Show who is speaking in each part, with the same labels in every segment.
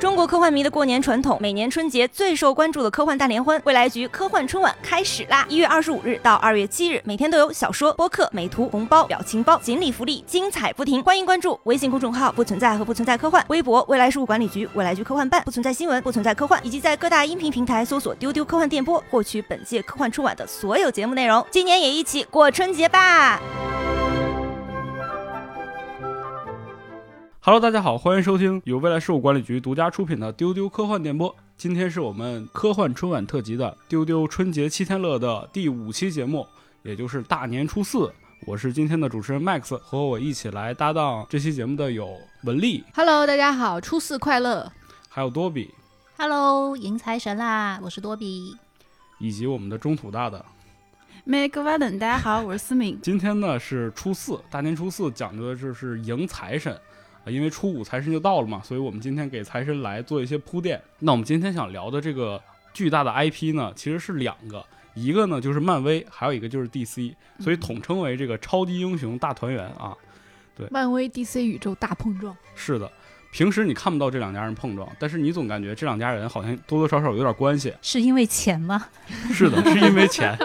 Speaker 1: 中国科幻迷的过年传统，每年春节最受关注的科幻大联欢，未来局科幻春晚开始啦！一月二十五日到二月七日，每天都有小说、播客、美图、红包、表情包、锦鲤福利，精彩不停！欢迎关注微信公众号“不存在”和“不存在科幻”，微博“未来事务管理局”、“未来局科幻办”、“不存在新闻”、“不存在科幻”，以及在各大音频平台搜索“丢丢科幻电波”，获取本届科幻春晚的所有节目内容。今年也一起过春节吧！
Speaker 2: Hello，大家好，欢迎收听由未来事务管理局独家出品的《丢丢科幻电波》。今天是我们科幻春晚特辑的《丢丢春节七天乐》的第五期节目，也就是大年初四。我是今天的主持人 Max，和我一起来搭档这期节目的有文丽，
Speaker 3: Hello，大家好，初四快乐！
Speaker 2: 还有多比，
Speaker 4: Hello，迎财神啦！我是多比。
Speaker 2: 以及我们的中土大的。
Speaker 5: Meg w a d e n 大家好，我是思敏。
Speaker 2: 今天呢是初四，大年初四讲究的就是迎财神，啊，因为初五财神就到了嘛，所以我们今天给财神来做一些铺垫。那我们今天想聊的这个巨大的 IP 呢，其实是两个，一个呢就是漫威，还有一个就是 DC，所以统称为这个超级英雄大团圆啊。
Speaker 3: 漫威 DC 宇宙大碰撞，
Speaker 2: 是的，平时你看不到这两家人碰撞，但是你总感觉这两家人好像多多少少有点关系。
Speaker 4: 是因为钱吗？
Speaker 2: 是的，是因为钱，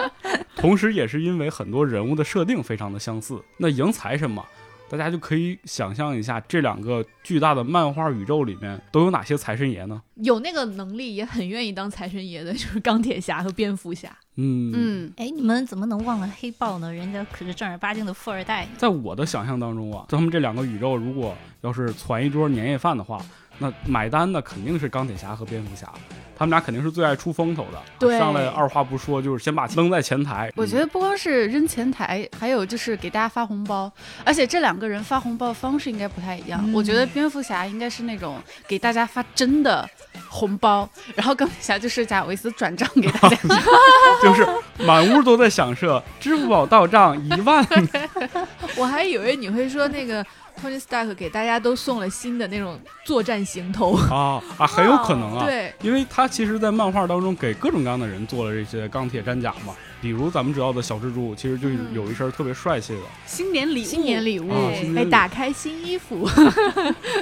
Speaker 2: 同时也是因为很多人物的设定非常的相似。那迎财神嘛，大家就可以想象一下这两个巨大的漫画宇宙里面都有哪些财神爷呢？
Speaker 3: 有那个能力也很愿意当财神爷的， 就是钢铁侠和蝙蝠侠。
Speaker 2: 嗯，
Speaker 5: 嗯，
Speaker 4: 哎，你们怎么能忘了黑豹呢？人家可是正儿八经的富二 代。
Speaker 2: 在我的想象当中啊，他们这两个宇宙如果要是攒一桌年夜饭的话，那买单的肯定是钢铁侠和蝙蝠侠。他们俩肯定是最爱出风头的，
Speaker 3: 对
Speaker 2: 上来二话不说就是先把钱扔在前台。嗯
Speaker 5: 我觉得不光是扔前台，还有就是给大家发红包，而且这两个人发红包方式应该不太一样。
Speaker 4: 嗯
Speaker 5: 我觉得蝙蝠侠应该是那种给大家发真的红包，然后钢铁侠就是贾维斯转账给大家。
Speaker 2: 就是满屋都在响设，支付宝到账一 万，
Speaker 3: 嗯我还以为你会说那个 Tony Stark 给大家都送了新的那种作战行头。
Speaker 2: 啊啊，很有可能啊。
Speaker 3: 对，
Speaker 2: 因为他其实，在漫画当中给各种各样的人做了这些钢铁战甲嘛，比如咱们知道的小蜘蛛，其实就有一身特别帅气的，
Speaker 5: 新年礼物，
Speaker 3: 新年礼物，
Speaker 2: 啊新年
Speaker 3: 哎，
Speaker 2: 礼物
Speaker 3: 打开新衣服，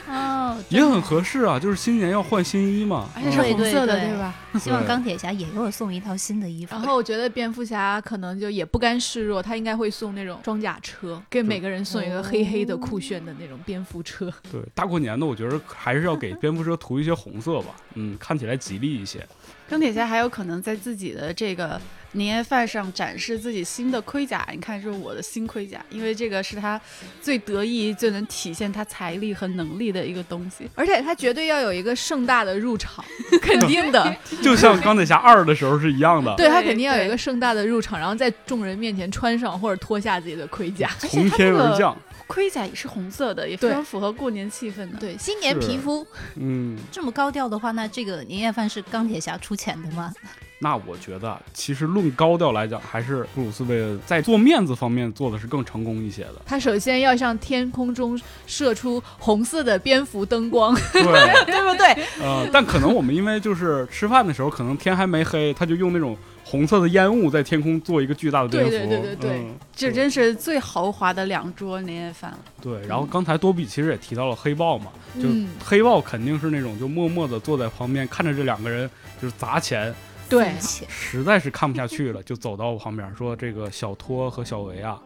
Speaker 4: 哦，
Speaker 2: 也很合适啊，就是新年要换新衣嘛。嗯
Speaker 5: 而且是
Speaker 4: 对
Speaker 5: 红色的，
Speaker 4: 对对
Speaker 5: 吧？
Speaker 4: 希望
Speaker 2: 对
Speaker 4: 钢铁侠也给我送一套新的衣服
Speaker 3: 然。后我觉得蝙蝠侠可能就也不甘示弱，他应该会送那种装甲车，给每个人送一个黑黑的酷炫的那种蝙蝠车。
Speaker 2: 对，大过年的，我觉得还是要给蝙蝠车涂一些红色吧，嗯，看起来吉利一些。
Speaker 5: 钢铁侠还有可能在自己的这个年夜饭上展示自己新的盔甲，你看，这是我的新盔甲，因为这个是他最得意、最能体现他财力和能力的一个东西。
Speaker 3: 而且他绝对要有一个盛大的入 场，肯定的。
Speaker 2: 就像钢铁侠二的时候是一样的，
Speaker 3: 对他
Speaker 5: 对
Speaker 3: 肯定要有一
Speaker 5: 对
Speaker 3: 个盛大的入场，然后在众人面前穿上或者脱下自己的盔甲。
Speaker 2: 从天而降，
Speaker 5: 盔甲也是红色的，也非
Speaker 3: 对
Speaker 5: 常符合过年气氛的。
Speaker 3: 对，新年
Speaker 2: 是
Speaker 3: 皮肤
Speaker 2: 嗯，
Speaker 4: 这么高调的话，那这个年夜饭是钢铁侠出钱的吗？
Speaker 2: 那我觉得其实论高调来讲，还是布鲁斯韦恩在做面子方面做的是更成功一些的。
Speaker 3: 他首先要向天空中射出红色的蝙蝠灯光，
Speaker 2: 对。
Speaker 3: 对不对？
Speaker 2: 呃，但可能我们因为就是吃饭的时候，可能天还没黑，他就用那种红色的烟雾在天空做一个巨大的蝙蝠。
Speaker 3: 对对对对对
Speaker 2: 嗯
Speaker 5: 这真是最豪华的两桌年夜饭了。
Speaker 2: 对。然后刚才多比其实也提到了黑豹嘛，就
Speaker 3: 嗯
Speaker 2: 黑豹肯定是那种就默默的坐在旁边看着这两个人就是砸钱，
Speaker 3: 对，
Speaker 4: 钱
Speaker 2: 实在是看不下去了，就走到我旁边说：“这个小托和小维啊，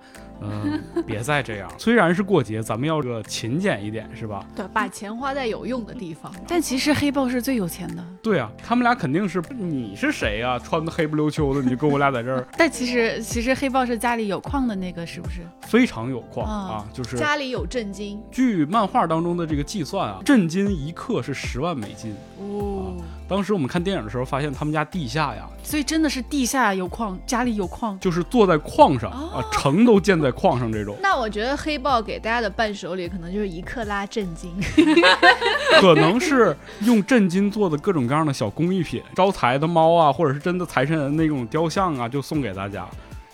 Speaker 2: 嗯、别再 这样。虽然是过节，咱们要这个勤俭一点，是吧？
Speaker 3: 对， 把钱花在有用的地方。
Speaker 5: 但其实黑豹是最有钱的，
Speaker 2: 对啊，他们俩肯定是你是谁啊？穿的黑不溜秋的，你就跟我俩在这儿
Speaker 5: 但其实其实黑豹是家里有矿的那个，是不是？
Speaker 2: 非常有矿啊
Speaker 5: 啊，
Speaker 2: 就是
Speaker 3: 家里有震惊，，
Speaker 2: 据漫画当中的这个计算啊，震金一克是十万美金。
Speaker 5: 哦，
Speaker 2: 当时我们看电影的时候，发现他们家地下呀，
Speaker 5: 所以真的是地下有矿，家里有 矿。
Speaker 2: 就是坐在矿上、啊，
Speaker 5: 哦
Speaker 2: 城都建在矿上这种
Speaker 3: 那我觉得黑豹给大家的伴手礼可能就是一克拉震惊，
Speaker 2: 可能是用震金做的各种各样的小工艺品，招财的猫啊，或者是真的财神的那种雕像啊，就送给大家。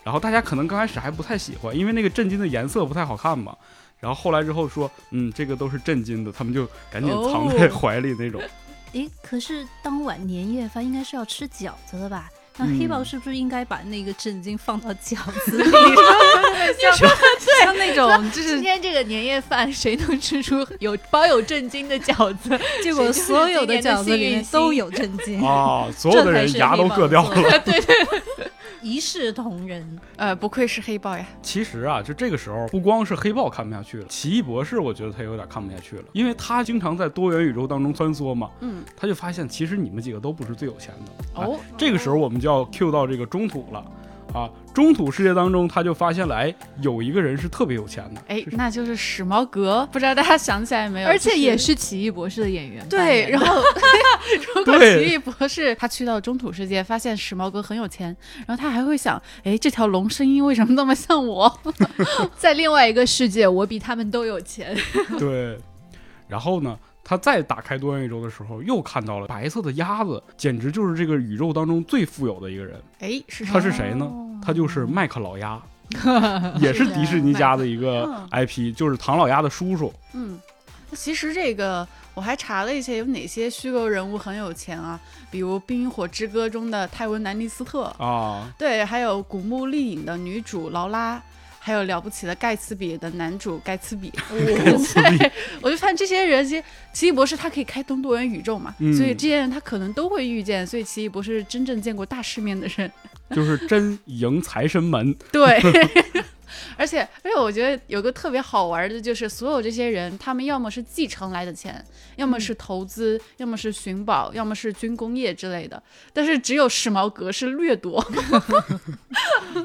Speaker 2: 然后大家可能刚开始还不太喜欢，因为那个震金的颜色不太好看嘛。然后后来之后说，嗯，这个都是震金的，他们就赶紧藏在
Speaker 5: 哦
Speaker 2: 怀里那种。
Speaker 4: 哎诶，可是当晚年夜饭应该是要吃饺子的吧？那
Speaker 2: 嗯
Speaker 4: 黑豹是不是应该把那个枕巾放到饺子 里？说
Speaker 5: 像那种就
Speaker 3: 今
Speaker 5: 是
Speaker 3: 天这个年夜饭，谁能吃出有包有震惊的饺子？
Speaker 4: 结果所有的饺子里面都有枕巾，
Speaker 2: 啊，所有的人牙都硌掉了。
Speaker 4: 了。对对， 一视同仁。
Speaker 5: 呃，不愧是黑豹呀，
Speaker 2: 其实啊，就这个时候，不光是黑豹看不下去了，奇异博士我觉得他有点看不下去了，因为他经常在多元宇宙当中穿梭嘛，
Speaker 5: 嗯，
Speaker 2: 他就发现其实你们几个都不是最有钱的。哎
Speaker 5: 哦，
Speaker 2: 这个时候我们就要 Q 到这个中土了。啊，中土世界当中，他就发现了，哎，有一个人是特别有钱的，
Speaker 5: 哎
Speaker 2: 是，
Speaker 5: 那就是史矛革，不知道大家想起来没有？
Speaker 3: 而 且也
Speaker 5: 是。
Speaker 3: 是奇异博士的演员扮演
Speaker 5: 对，
Speaker 3: 的。
Speaker 5: 然后 如果
Speaker 2: 对
Speaker 5: 奇异博士他去到中土世界，发现史矛革很有钱，然后他还会想，哎，这条龙声音为什么那么像我？
Speaker 3: 在另外一个世界，我比他们都有钱。
Speaker 2: 对，然后呢，他再打开多元宇宙的时候，又看到了白色的鸭子，简直就是这个宇宙当中最富有的一个人。
Speaker 5: 哎，是
Speaker 2: 他是谁呢？他就是麦克老 鸭，也是
Speaker 5: 是的
Speaker 2: 迪士尼家的一
Speaker 5: 麦
Speaker 2: 个
Speaker 5: 克
Speaker 2: IP，就是唐老鸭的叔叔。
Speaker 5: 嗯，那其实这个我还查了一些有哪些虚构人物很有钱啊，比如《冰与火之歌》中的泰文南尼斯特，
Speaker 2: 啊，
Speaker 5: 对，还有《古墓丽影》的女主劳拉。还有了不起的盖茨比的男主 盖茨比，对，我就发现这些人，其实奇异博士他可以开通多元宇宙嘛，
Speaker 2: 嗯
Speaker 5: 所以这些人他可能都会遇见，所以奇异博士真正见过大世面的人，
Speaker 2: 就是真迎财神门。
Speaker 5: 对。而且，而且我觉得有个特别好玩的，就是所有这些人，他们要么是继承来的钱，要么是投资，要么是寻宝，要么是军工业之类的。但是只有史矛革是掠夺，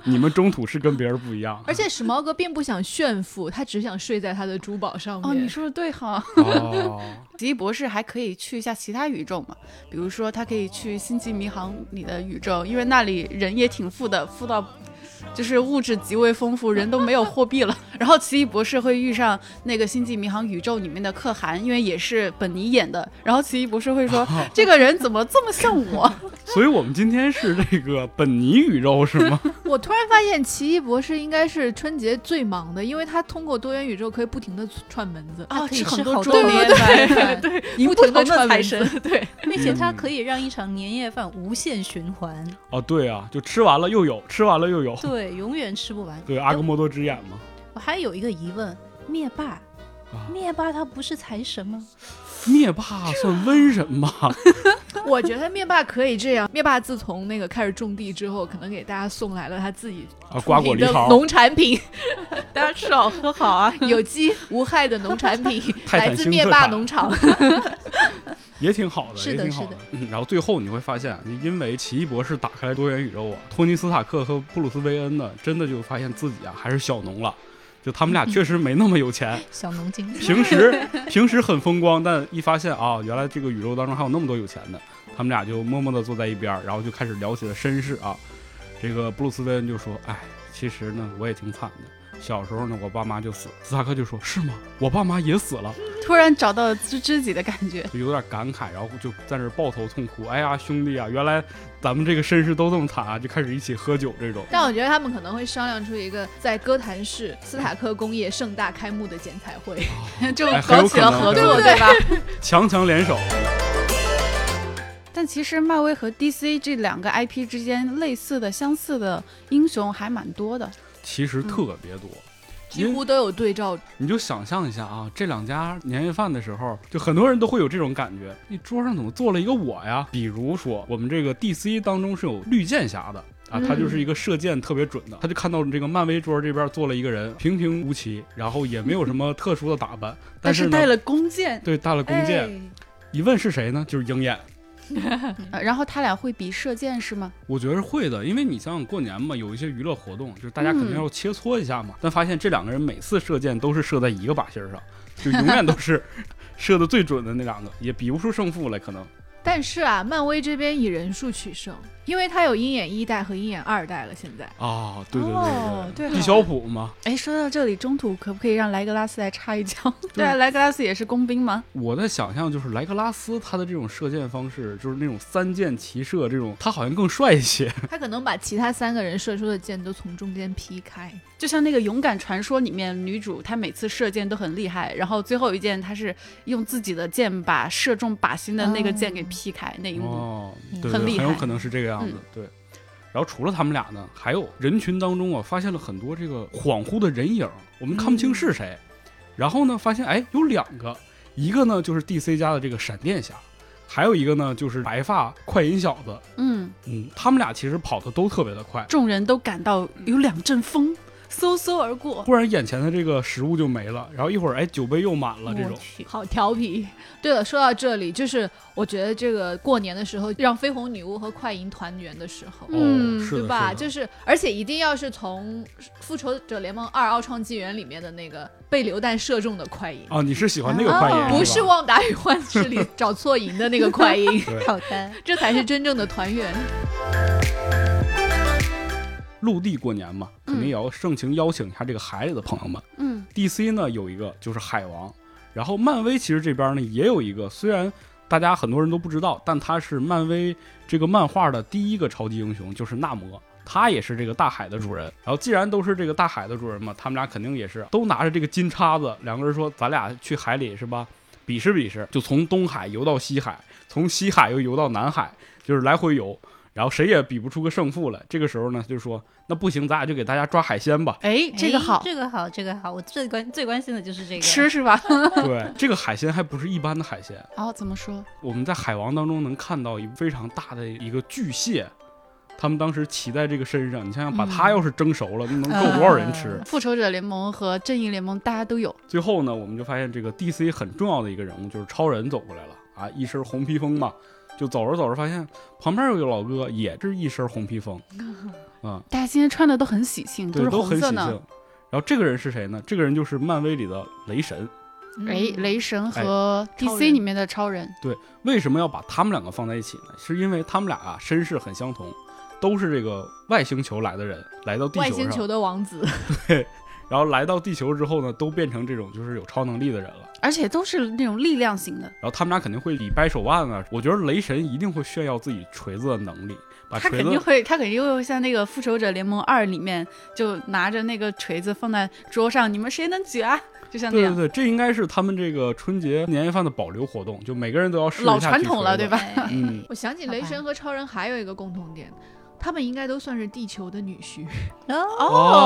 Speaker 2: 你们中土是跟别人不一样。
Speaker 5: 哎
Speaker 3: 而且史矛革并不想炫富，他只想睡在他的珠宝上面。
Speaker 5: 哦，你说的对哈。
Speaker 2: 哦，
Speaker 5: 奇异博士还可以去一下其他宇宙嘛，比如说他可以去《星际迷航》里的宇宙，因为那里人也挺富的，富到就是物质极为丰富，人都没有货币了。 然后奇异博士会遇上那个《星际迷航》宇宙里面的可汗，因为也是本尼演的。然后奇异博士会说：“
Speaker 2: 哦
Speaker 5: 这个人怎么这么像 我
Speaker 2: 所以我们今天是这个本尼宇宙是吗？
Speaker 3: 我突然发现奇异博士应该是春节最忙的，因为他通过多元宇宙可以不停的串门子，
Speaker 5: 啊
Speaker 4: 他可以
Speaker 5: 这
Speaker 4: 吃
Speaker 5: 很多
Speaker 4: 好
Speaker 5: 桌
Speaker 4: 多
Speaker 5: 面
Speaker 4: 年饭，对，
Speaker 3: 不
Speaker 5: 不
Speaker 3: 停的
Speaker 5: 同的
Speaker 3: 串
Speaker 5: 财
Speaker 3: 门子
Speaker 5: 神。”对，
Speaker 4: 并且它可以让一场年夜饭无限循环，
Speaker 2: 哦，对啊，就吃完了又有，吃完了又有。
Speaker 4: 对，永远吃不完。
Speaker 2: 对，阿格莫多之眼嘛。
Speaker 4: 我还有一个疑问，灭霸
Speaker 2: 啊。
Speaker 4: 灭霸他不是财神吗？
Speaker 2: 灭霸算瘟神吧？啊
Speaker 3: 我觉得灭霸可以这样。灭霸自从那个开始种地之后，可能给大家送来了他自己
Speaker 2: 啊，瓜果梨
Speaker 3: 的
Speaker 2: 桃，
Speaker 3: 农产品，
Speaker 5: 大家吃好喝好啊！
Speaker 3: 有机无害的农产 品，
Speaker 2: 泰坦
Speaker 3: 来自
Speaker 2: 星
Speaker 3: 灭
Speaker 2: 特
Speaker 3: 霸
Speaker 2: 产
Speaker 3: 农场。
Speaker 2: 也挺好的，
Speaker 4: 是
Speaker 2: 也
Speaker 4: 的
Speaker 2: 挺好
Speaker 4: 是的
Speaker 2: 嗯然后最后你会发现，因为奇异博士打开了多元宇宙啊，托尼斯塔克和布鲁斯韦恩呢，真的就发现自己啊还是小农了。就他们 俩确实没那么有钱，
Speaker 4: 小农精，
Speaker 2: 平 时平时很风光，但一发现啊，原来这个宇宙当中还有那么多有钱的，他们俩就默默地坐在一边儿，然后就开始聊起了身世啊。这个布鲁斯韦恩就说：“哎，其实呢，我也挺惨的。小时候呢，我爸妈就死了。”斯塔克就说：“是吗？我爸妈也死了。”
Speaker 5: 突然找到知知己的感觉，
Speaker 2: 就有点感慨，然后就在那儿抱头痛哭。哎呀，兄弟啊，原来咱们这个身世都这么惨啊！就开始一起喝酒这种。
Speaker 3: 但我觉得他们可能会商量出一个在哥谭市斯塔克工业盛大开幕的剪彩会。
Speaker 5: 就
Speaker 2: 哎很
Speaker 5: 搞
Speaker 2: 有
Speaker 5: 起
Speaker 2: 可
Speaker 5: 了
Speaker 2: 能
Speaker 5: 合
Speaker 2: 对
Speaker 5: 作，
Speaker 2: 对
Speaker 5: 对吧？
Speaker 2: 强强联 手，
Speaker 5: 但其实漫威和 DC 这两个 IP 之间类似的、相似的英雄还蛮多的。
Speaker 2: 其实特别多。
Speaker 5: 嗯
Speaker 3: 几乎都有对照，
Speaker 2: 你就想象一下啊，这两家年夜饭的时候，就很多人都会有这种感觉：你桌上怎么坐了一个我呀？比如说，我们这个 DC 当中是有绿箭侠的。啊，他
Speaker 5: 嗯
Speaker 2: 就是一个射箭特别准的，他就看到这个漫威桌这边坐了一个人，平平无奇，然后也没有什么特殊的打扮，但
Speaker 5: 是
Speaker 2: 呢，
Speaker 5: 带了弓箭，
Speaker 2: 对带了弓箭，一问是谁呢？就是鹰眼。
Speaker 5: 呃然后他俩会比射箭是吗？
Speaker 2: 我觉得是会的，因为你想想过年嘛，有一些娱乐活动，就是大家
Speaker 5: 嗯
Speaker 2: 肯定要切磋一下嘛。但发现这两个人每次射箭都是射在一个靶心儿上，就永远都是射的最准的那两个，也比不出胜负来。可能
Speaker 3: 但是啊，漫威这边以人数取胜，因为他有鹰眼一代和鹰眼二代了。现 在
Speaker 2: 啊，对对对
Speaker 5: 哦对哈
Speaker 2: 地小普嘛，
Speaker 5: 哎，说到这里，中途可不可以让莱格拉斯来插一脚？ 对
Speaker 2: 嗯
Speaker 5: 啊，莱格拉斯也是工兵吗？
Speaker 2: 我在想象就是莱格拉斯他的这种射箭方式，就是那种三箭齐射这种，他好像更帅一些。
Speaker 3: 他可能把其他三个人射出的箭都从中间劈开，
Speaker 5: 就像那个《勇敢传说》里面女主，她每次射箭都很厉害，然后最后一箭她是用自己的箭靶射中靶心的那个箭给劈开那一幕。
Speaker 2: 哦，对
Speaker 5: 很
Speaker 2: 对，
Speaker 5: 厉
Speaker 2: 很有
Speaker 5: 害
Speaker 2: 可能是这个样子。对，然后除了他们俩呢，还有人群当中啊，发现了很多这个恍惚的人影，我们看不清是谁。然后呢，发现哎有两个，一个呢就是 DC 家的这个闪电侠，还有一个呢就是白发快银小子。
Speaker 5: 嗯，
Speaker 2: 嗯，他们俩其实跑得都特别的快，
Speaker 5: 众人都感到有两阵风嗖嗖而过。
Speaker 2: 忽然眼前的这个食物就没了，然后一会儿哎酒杯又满了，这种哦
Speaker 4: 去，
Speaker 3: 好调皮。对了，说到这里，就是我觉得这个过年的时候，让绯红女巫和快银团圆的时候，
Speaker 2: 哦是的
Speaker 3: 对吧？
Speaker 2: 是的
Speaker 3: 就是而且一定要是从《复仇者联盟二：奥创纪元》里面的那个被榴弹射中的快银。
Speaker 2: 啊，你是喜欢那个快银、
Speaker 4: 哦
Speaker 3: 不
Speaker 2: 是
Speaker 3: 是
Speaker 2: 吧
Speaker 3: 旺达与幻视里找错银的那个快银，
Speaker 2: 对
Speaker 4: 好的，
Speaker 3: 这才是真正的团圆。
Speaker 2: 陆地过年嘛，肯定也要盛情邀请一下这个海里的朋友们。
Speaker 5: 嗯
Speaker 2: DC 呢有一个就是海王，然后漫威其实这边呢也有一个，虽然大家很多人都不知道，但他是漫威这个漫画的第一个超级英雄，就是纳摩。他也是这个大海的主人，然后既然都是这个大海的主人嘛，他们俩肯定也是都拿着这个金叉子，两个人说咱俩去海里是吧？比试比试，就从东海游到西海，从西海又游到南海，就是来回游，然后谁也比不出个胜负来。这个时候呢，就说那不行，咱俩就给大家抓海鲜吧。
Speaker 5: 哎，这个
Speaker 4: 哎
Speaker 5: 好
Speaker 4: 这个好，这个好，我最关最关心的就是这个
Speaker 5: 吃是吧？
Speaker 2: 对，这个海鲜还不是一般的海鲜，
Speaker 5: 哦，怎么说？
Speaker 2: 我们在海王当中能看到一非常大的一个巨蟹，他们当时骑在这个身上，你想想，把
Speaker 5: 嗯
Speaker 2: 它要是蒸熟了，能够多少人吃？
Speaker 5: 复仇者联盟和正义联盟大家都有。
Speaker 2: 最后呢，我们就发现这个 DC 很重要的一个人物就是超人走过来了啊，一身红披风嘛，就走着走着发现旁边有个老哥也是一身红披风，
Speaker 5: 大家今天穿的嗯都很喜庆，
Speaker 2: 对，
Speaker 5: 是
Speaker 2: 都很
Speaker 5: 红
Speaker 2: 喜
Speaker 5: 色
Speaker 2: 庆。
Speaker 5: 呢。
Speaker 2: 然后这个人是谁呢？这个人就是漫威里的雷神。
Speaker 5: 雷
Speaker 3: 嗯
Speaker 5: 雷神和
Speaker 3: 超
Speaker 5: DC
Speaker 3: 人
Speaker 5: 里面的超人，
Speaker 2: 为什么要把他们两个放在一起呢？是因为他们俩啊身世很相同，都是这个外星球来的人，来到地
Speaker 3: 外
Speaker 2: 球
Speaker 3: 星
Speaker 2: 上，
Speaker 3: 球的王子，
Speaker 2: 然后来到地球之后呢，都变成这种就是有超能力的人了。
Speaker 5: 而且都是那种力量型的。
Speaker 2: 然后他们俩肯定会比掰手腕啊，我觉得雷神一定会炫耀自己锤子的能力，把
Speaker 5: 他
Speaker 2: 锤
Speaker 5: 肯
Speaker 2: 子
Speaker 5: 定会，他肯定会像那个《复仇者联盟二》里面，就拿着那个锤子放在桌上，你们谁能举啊？就像那
Speaker 2: 对对
Speaker 5: 样，
Speaker 2: 对，这应该是他们这个春节年夜饭的保留活动，就每个人都要试一下
Speaker 5: 老传统了，
Speaker 2: 举
Speaker 5: 对
Speaker 2: 锤子？
Speaker 5: 吧？
Speaker 4: 哎
Speaker 2: 嗯，
Speaker 3: 我想起
Speaker 4: 好
Speaker 3: 雷
Speaker 4: 吧
Speaker 3: 神和超人还有一个共同点，他们应该都算是地球的女婿，
Speaker 4: 哦，
Speaker 2: 哦，
Speaker 5: 啊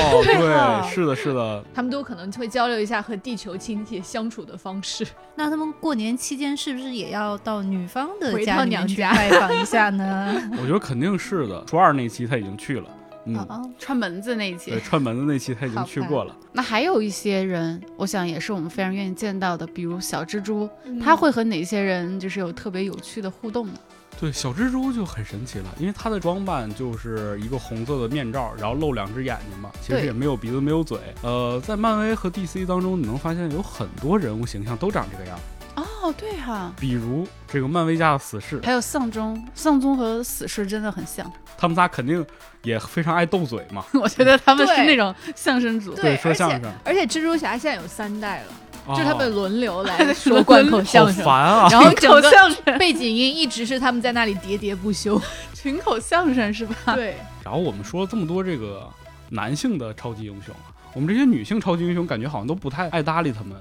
Speaker 4: 哦
Speaker 2: 对，是的，是的，
Speaker 3: 他们都可能会交流一下和地球亲戚相处的方式。
Speaker 4: 那他们过年期间是不是也要到女方的
Speaker 3: 回
Speaker 4: 家
Speaker 3: 趟
Speaker 4: 里面
Speaker 3: 娘
Speaker 4: 去
Speaker 3: 家
Speaker 4: 拜访一下呢？
Speaker 2: 我觉得肯定是的。初二那期他已经去了，嗯，
Speaker 4: 哦哦，
Speaker 5: 串门子那一
Speaker 2: 对，
Speaker 5: 期，
Speaker 2: 串门的那期他已经
Speaker 4: 好
Speaker 2: 去
Speaker 4: 吧
Speaker 2: 过了。
Speaker 5: 那还有一些人，我想也是我们非常愿意见到的，比如小蜘蛛，他会和哪些人就是有特别有趣的互动呢？
Speaker 2: 对，小蜘蛛就很神奇了，因为它的装扮就是一个红色的面罩，然后露两只眼睛嘛，其实
Speaker 5: 对
Speaker 2: 也没有鼻子，没有嘴。呃，在漫威和 DC 当中，你能发现有很多人物形象都长这个样，
Speaker 5: 哦，对哈、
Speaker 2: 比如这个漫威家的死侍，
Speaker 5: 还有丧钟，丧钟和死侍真的很像，
Speaker 2: 他们仨肯定也非常爱斗嘴嘛，
Speaker 5: 我觉得他们是
Speaker 3: 对
Speaker 5: 那种相声组，
Speaker 3: 对，
Speaker 2: 说
Speaker 3: 而
Speaker 2: 相
Speaker 3: 且
Speaker 2: 声，
Speaker 3: 而且蜘蛛侠现在有三代了，就他们
Speaker 2: 哦
Speaker 3: 轮流来说贯口相
Speaker 2: 好
Speaker 3: 声，
Speaker 2: 烦啊。
Speaker 3: 然后
Speaker 5: 群
Speaker 3: 整
Speaker 5: 口
Speaker 3: 个
Speaker 5: 相声，
Speaker 3: 背景音一直是他们在那里喋喋不休。啊
Speaker 5: 群口相声是吧？
Speaker 3: 对，
Speaker 2: 然后我们说了这么多这个男性的超级英雄啊，我们这些女性超级英雄感觉好像都不太爱搭理他们。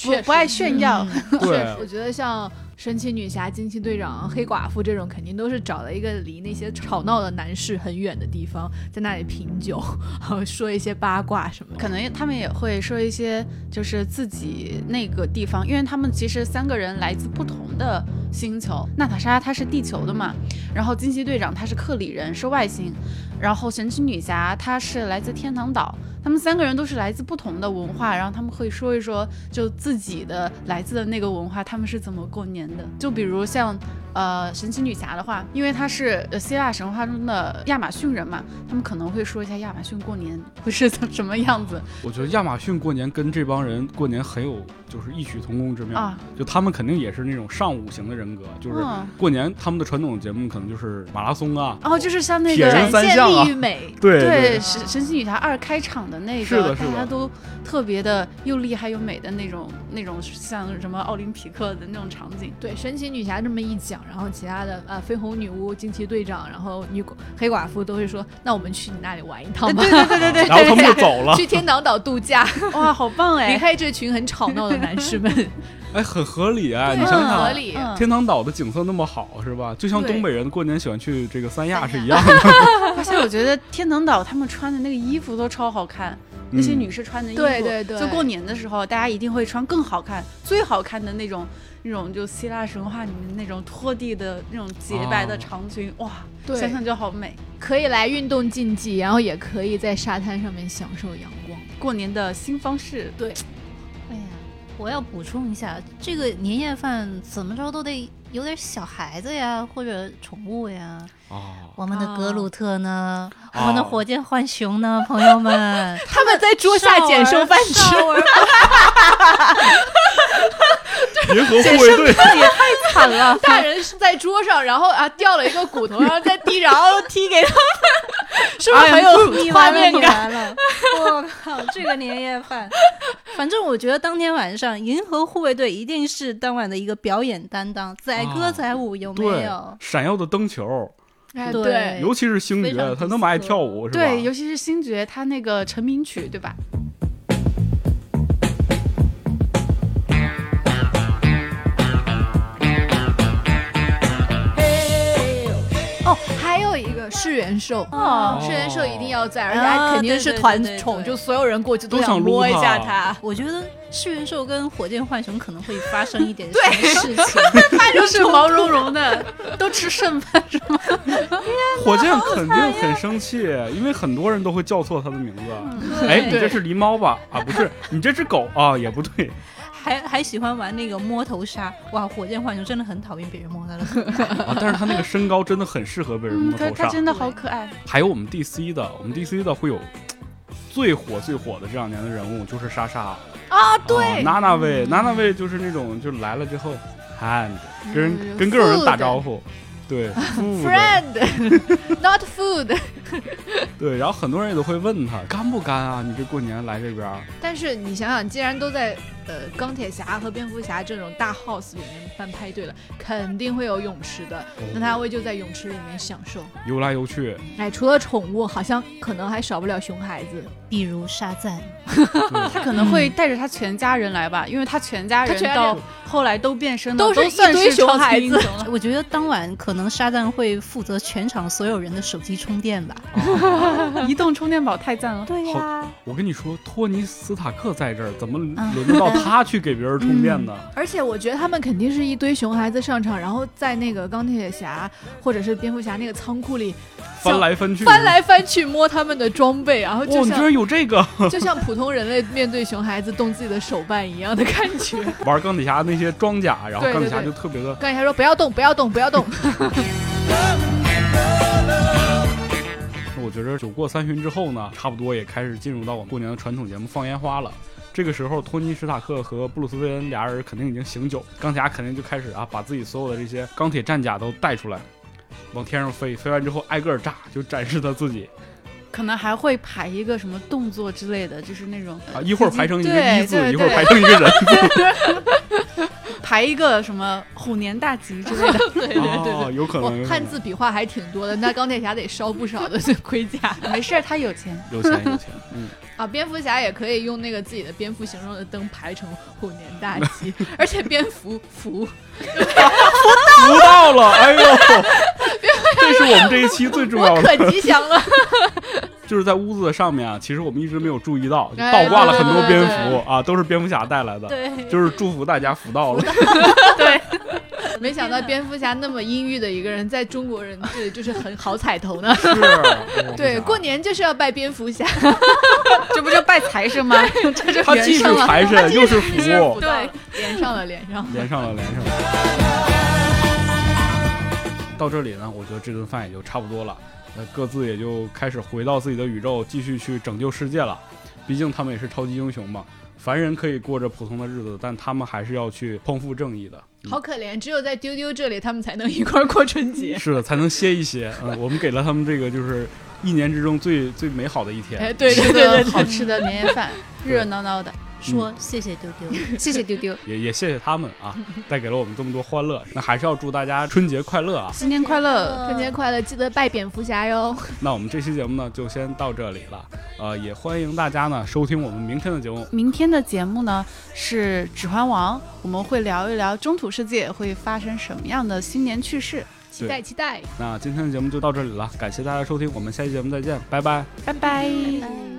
Speaker 5: 不不爱炫耀，
Speaker 4: 嗯
Speaker 3: 嗯确
Speaker 2: 对
Speaker 3: 实，我觉得像神奇女侠、惊奇队长、黑寡妇这种，肯定都是找了一个离那些吵闹的男士很远的地方，在那里品酒， 然后说一些八卦什么的。
Speaker 5: 可能他们也会说一些，就是自己那个地方，因为他们其实三个人来自不同的星球。娜塔莎她是地球的嘛，然后惊奇队长他是克里人，是外星，然后神奇女侠她是来自天堂岛。他们三个人都是来自不同的文化，然后他们会说一说就自己的来自的那个文化，他们是怎么过年的。就比如像呃神奇女侠的话，因为她是呃希腊神话中的亚马逊人嘛，他们可能会说一下亚马逊过年 会是怎什么样子
Speaker 2: 我觉得亚马逊过年跟这帮人过年很有就是异曲同工之妙。
Speaker 5: 啊。
Speaker 2: 就他们肯定也是那种上午型的人格，就是
Speaker 5: 嗯
Speaker 2: 过年他们的传统节目可能就是马拉松啊，
Speaker 5: 哦，就是像那
Speaker 2: 铁
Speaker 5: 个
Speaker 2: 人
Speaker 3: 展
Speaker 2: 三
Speaker 3: 现
Speaker 2: 项啊
Speaker 3: 力与 美，
Speaker 2: 对
Speaker 5: 对《
Speaker 3: 对
Speaker 5: 神神奇女侠二》开场的那
Speaker 2: 是
Speaker 5: 个，
Speaker 2: 的是
Speaker 5: 大家
Speaker 2: 的
Speaker 5: 都特别的又厉害又美的那种那种像什么奥林匹克的那种场景。
Speaker 3: 对，神奇女侠这么一讲，然后其他的啊，绯红女巫、惊奇队长，然后女黑寡妇都会说，那我们去你那里玩一趟吧，
Speaker 5: 对对对对
Speaker 2: 然后他们就
Speaker 5: 对
Speaker 2: 走了，
Speaker 3: 去天堂岛度假，
Speaker 5: 对， 哇，好棒
Speaker 3: 离
Speaker 5: 哎！
Speaker 3: 开这群很吵闹的男士们。
Speaker 2: 哎，很合理啊！
Speaker 3: 对
Speaker 2: 你想
Speaker 3: 很合
Speaker 2: 想，
Speaker 3: 理
Speaker 5: 嗯
Speaker 2: 天天堂岛的景色那么好，是吧？就像
Speaker 5: 对
Speaker 2: 东北人过年喜欢去这个三亚
Speaker 4: 三亚
Speaker 2: 是一样的。
Speaker 5: 而嗯且我觉得天堂岛他们穿的那个衣服都超好看，那些
Speaker 2: 嗯
Speaker 5: 女士穿的衣服，
Speaker 3: 对对对
Speaker 5: 就过年的时候，大家一定会穿更好看、最好看的那种，那种就希腊神话里面那种拖地的那种洁白的
Speaker 2: 哦
Speaker 5: 长裙，哇，
Speaker 3: 对
Speaker 5: 嗯想想就好美。
Speaker 3: 可以来运动竞技，然后也可以在沙滩上面享受阳光。
Speaker 5: 过年的新方式，对，
Speaker 4: 哎呀，我要补充一下，这个年夜饭怎么着都得有点小孩子呀，或者宠物呀。
Speaker 2: 啊，
Speaker 4: 我们的格鲁特呢？
Speaker 2: 哦
Speaker 5: 啊
Speaker 4: 我们的火箭浣熊呢？朋友 们，
Speaker 3: 他们在桌下捡剩饭吃，。
Speaker 2: 银河护卫队，
Speaker 5: 惨了
Speaker 3: 大人是在桌上，然后啊掉了一个骨头，然后在地 上，然后踢给他们，是不是
Speaker 4: 哎
Speaker 3: 很有画面感？
Speaker 4: 感了。我靠，这个年夜 饭，反正我觉得当天晚上银河护卫队一定是当晚的一个表演担当，载歌
Speaker 2: 啊
Speaker 4: 载舞有没
Speaker 2: 对
Speaker 4: 有，？
Speaker 2: 闪耀的灯球，
Speaker 3: 哎，
Speaker 4: 对
Speaker 3: 对，
Speaker 2: 尤其是星
Speaker 4: 非常
Speaker 2: 爵，他那么爱跳舞，是吧？
Speaker 5: 对，尤其是星爵他那个成名曲，对 吧？
Speaker 3: 哦，还有一个是元寿。
Speaker 4: 哦
Speaker 3: 是元寿一定要在，
Speaker 5: 哦
Speaker 3: 而且
Speaker 4: 啊
Speaker 3: 还肯定是团
Speaker 4: 对对对
Speaker 3: 宠，
Speaker 4: 对
Speaker 3: 就所有人过去
Speaker 2: 都
Speaker 3: 想
Speaker 2: 想
Speaker 3: 摸一
Speaker 2: 撸
Speaker 3: 下
Speaker 2: 它
Speaker 3: 它。
Speaker 4: 我觉得世元兽跟火箭浣熊可能会发生一 点什么事情。
Speaker 5: 他 就是毛茸茸的，都吃剩饭是吗？
Speaker 2: 火箭肯定很生气，因为很多人都会叫错它的名字。哎，你
Speaker 3: 嗯对
Speaker 2: 这是狸猫吧？啊，不是，你这只狗啊，也不对。
Speaker 4: 还还喜欢玩那个摸头杀，哇！火箭浣熊真的很讨厌别人摸它的头。
Speaker 2: 啊，但是它那个身高真的很适合被人
Speaker 5: 嗯，
Speaker 2: 摸
Speaker 5: 他
Speaker 2: 头
Speaker 5: 他
Speaker 2: 杀。
Speaker 5: 真的好可爱。
Speaker 2: 还有我们 DC 的，我们 DC 的会有最火最火的这两年的人物就是莎莎
Speaker 3: 啊，
Speaker 2: 啊
Speaker 3: 对，
Speaker 2: 娜娜卫，娜娜卫就是那种就来了之后，hand
Speaker 3: 嗯
Speaker 2: 跟跟各种人打招呼， 对 food
Speaker 3: friend not food。
Speaker 2: 对，然后很多人也都会问他干不干啊？你这过年来这边儿，
Speaker 3: 但是你想想，既然都在呃钢铁侠和蝙蝠侠这种大 house 里面办派对了，肯定会有泳池的，那他会就在泳池里面享受。
Speaker 2: 游来游去，
Speaker 3: 哎，除了宠物，好像可能还少不了熊孩子。
Speaker 4: 比如沙赞，
Speaker 5: 他可能会带着他全家人来吧，因为他全家
Speaker 3: 他全
Speaker 5: 人
Speaker 3: 家
Speaker 5: 到
Speaker 3: 人
Speaker 5: 后来都变身了，
Speaker 3: 都
Speaker 5: 都
Speaker 3: 是一
Speaker 5: 算
Speaker 3: 堆
Speaker 5: 是
Speaker 3: 熊
Speaker 5: 超级
Speaker 3: 孩
Speaker 5: 英
Speaker 3: 子
Speaker 5: 雄了
Speaker 4: 我觉得当晚可能沙赞会负责全场所有人的手机充电吧。
Speaker 5: 移动充电宝太赞了。
Speaker 4: 对
Speaker 2: 呀我跟你说，托尼斯塔克在这儿，怎么轮得到他去给别人充电呢？
Speaker 3: 而且我觉得他们肯定是一堆熊孩子上场，然后在那个钢铁侠或者是蝙蝠侠那个仓库里
Speaker 2: 翻来翻去，
Speaker 3: 翻来翻去摸他们的装备，然后
Speaker 2: 哇，
Speaker 3: 就
Speaker 2: 哦你居
Speaker 3: 像
Speaker 2: 然有这个！
Speaker 3: 就像普通人类面对熊孩子动自己的手办一样的感觉。
Speaker 2: 玩钢铁侠那些装甲，然后
Speaker 3: 对对
Speaker 2: 钢铁侠
Speaker 3: 对
Speaker 2: 就特别的
Speaker 3: 钢铁侠说不要动，不要动，不要 动。
Speaker 2: 我觉着酒过三巡之后呢，差不多也开始进入到我们过年的传统节目放烟花了。这个时候，托尼·史塔克和布鲁斯·韦恩俩人肯定已经醒酒，钢铁侠肯定就开始啊，把自己所有的这些钢铁战甲都带出来，往天上飞，飞完之后挨个儿炸，就展示他自己
Speaker 5: 可能还会排一个什么动作之类的，就是那种
Speaker 2: 啊，一会儿排成一个
Speaker 5: 对
Speaker 2: 一字，
Speaker 5: 对
Speaker 2: 一会儿
Speaker 5: 对
Speaker 2: 排成一个人，
Speaker 5: 排一个什么虎年大吉之类 的。
Speaker 3: 对对对对。
Speaker 2: 哦，有可
Speaker 3: 哇
Speaker 2: 能有可
Speaker 3: 汉
Speaker 2: 能
Speaker 3: 字笔画还挺多的，那钢铁侠得烧不少的盔甲
Speaker 5: 没事儿，他有钱。
Speaker 2: 有钱有钱，嗯，
Speaker 3: 啊！蝙蝠侠也可以用那个自己的蝙蝠形状的灯排成虎年大 吉，而且蝙蝠服
Speaker 2: 服到 了，哎呦，这是我们这一期最重要
Speaker 3: 我
Speaker 2: 的，
Speaker 3: 可吉祥了。
Speaker 2: 就是在屋子的上面啊，其实我们一直没有注意到，就
Speaker 3: 哎
Speaker 2: 倒挂了很多
Speaker 3: 对对
Speaker 2: 蝙
Speaker 3: 对对
Speaker 2: 蝠啊，都是蝙蝠侠带来的。
Speaker 4: 对
Speaker 2: 就是祝福大家福到 了。
Speaker 3: 没想到蝙蝠侠那么阴郁的一个人，在中国人这里就是很好彩头呢。
Speaker 2: 是， 啊我
Speaker 3: 啊对，
Speaker 2: 不想
Speaker 3: 过年就是要拜蝙蝠侠，
Speaker 5: 这不就拜财神吗？这就
Speaker 2: 他既
Speaker 5: 连
Speaker 2: 是
Speaker 5: 上了。
Speaker 2: 财神又是
Speaker 3: 真啊 是
Speaker 2: 福
Speaker 3: 服，到了，连上了，连上了。
Speaker 2: 连上了，连上了。到这里呢，我觉得这顿饭也就差不多了，那各自也就开始回到自己的宇宙，继续去拯救世界了。毕竟他们也是超级英雄嘛，凡人可以过着普通的日子，但他们还是要去匡扶正义的。嗯
Speaker 3: 好可怜，只有在丢丢这里，他们才能一块儿过春节。
Speaker 2: 是的，才能歇一歇。嗯，我们给了他们这个就是一年之中最最美好的一天。
Speaker 3: 哎，对对
Speaker 5: 吃
Speaker 3: 对对
Speaker 5: 的
Speaker 3: 对，
Speaker 5: 好吃的年夜饭，热热闹闹的。
Speaker 4: 说谢谢丢丢，
Speaker 5: 谢谢丢丢，
Speaker 2: 也也谢谢他们啊，带给了我们这么多欢乐。那还是要祝大家春节快乐啊！
Speaker 5: 新年快乐！
Speaker 3: 春节快乐，记得拜蝙蝠侠哟。
Speaker 2: 那我们这期节目呢，就先到这里了。呃，也欢迎大家呢收听我们明天的节目。
Speaker 5: 明天的节目呢是《指环王》，我们会聊一聊中土世界会发生什么样的新年趣事。
Speaker 3: 期待期待。
Speaker 2: 那今天的节目就到这里了，感谢大家收听，我们下期节目再见，拜拜。
Speaker 5: 拜拜。
Speaker 4: 嗯